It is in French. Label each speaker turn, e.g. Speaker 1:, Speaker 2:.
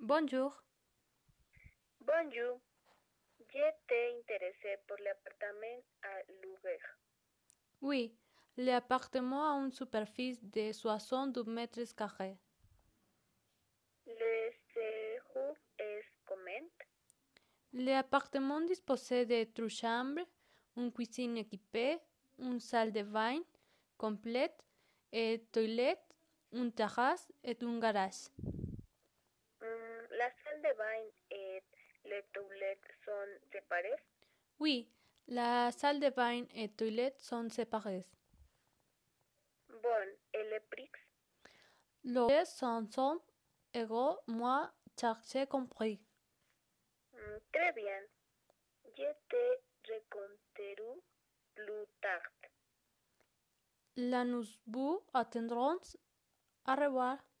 Speaker 1: Bonjour.
Speaker 2: Bonjour. Je te intéressé pour l'appartement à louer.
Speaker 1: Oui, l'appartement a une superficie de 62 mètres carrés.
Speaker 2: Le séjour est comment?
Speaker 1: L'appartement disposait de trois chambres, une cuisine équipée, une salle de bain complète et toilette, une terrasse et un garage.
Speaker 2: Mm, la salle de bain et les toilettes sont séparées.
Speaker 1: Oui, la salle de bain et toilette sont séparées.
Speaker 2: Bon, et le prix?
Speaker 1: Los prix sont sont égaux, moi, chargé compris.
Speaker 2: Mm, très bien. Je te rencontrerai plus tard.
Speaker 1: La nous vous attendrons. Au revoir.